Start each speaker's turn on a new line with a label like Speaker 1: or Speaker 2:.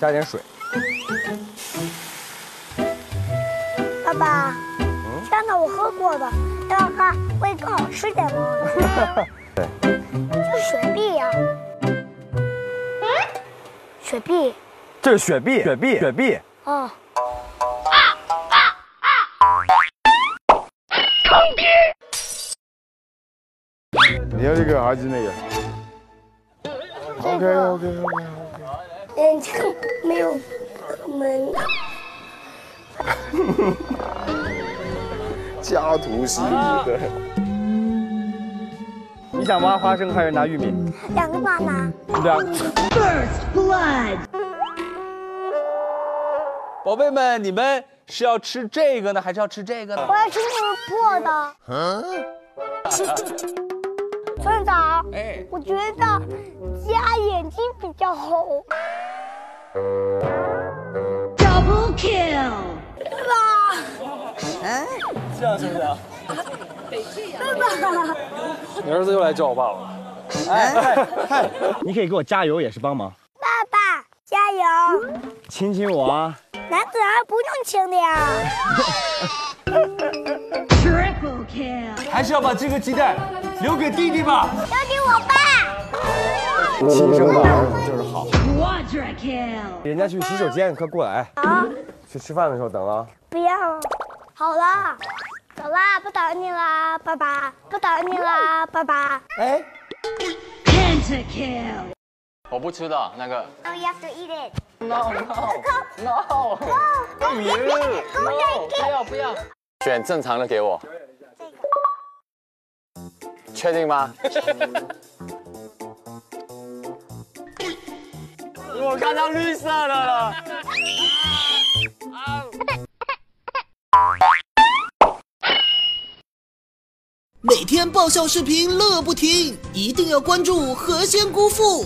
Speaker 1: 加点水。
Speaker 2: 爸爸，上次我喝过的，要它会更好吃点吗？
Speaker 1: 对，
Speaker 2: 这是雪碧呀、雪碧，
Speaker 1: 这是雪碧，雪碧，雪碧。
Speaker 2: 哦，
Speaker 3: 你要这个还是那个
Speaker 2: 这
Speaker 3: ？OK
Speaker 2: 个，
Speaker 3: OK OK。
Speaker 2: 嗯，这个没有门，
Speaker 3: 家徒四壁的，
Speaker 1: 你想挖花生还是拿玉米？
Speaker 2: 两个爸爸，
Speaker 1: 对啊。
Speaker 4: 宝贝们，你们是要吃这个呢，还是要吃这个呢
Speaker 2: 我？要吃那个破的。 村长，
Speaker 4: 哎，
Speaker 2: 我觉得加眼睛比较好。
Speaker 5: Double kill.
Speaker 4: 这样行不行？
Speaker 1: 你儿子又来叫我爸了。哎，嗨，你可以给我加油，也是帮忙，
Speaker 2: 爸爸，加油！
Speaker 1: 亲亲我啊。
Speaker 2: 男子汉不用轻的呀。
Speaker 5: Triple kill.
Speaker 4: 还是要把这个鸡蛋留给弟弟吧。
Speaker 2: 要给我爸。
Speaker 1: 亲生的儿子就是好。
Speaker 5: Quadra kill.
Speaker 1: 人家去洗手间，快过来。去吃饭的时候等啊。
Speaker 2: 不要。好了，走啦，不等你啦，爸爸，不等你啦，爸爸。
Speaker 1: 哎，
Speaker 5: Penta kill.
Speaker 6: 我不吃的那个。
Speaker 2: Oh, you have to eat it. Oh,
Speaker 6: No，
Speaker 2: No.
Speaker 6: 不要不要，选正常的给我。确定吗？我看到绿色的了。
Speaker 7: 每天爆笑视频乐不停，一定要关注何仙姑父。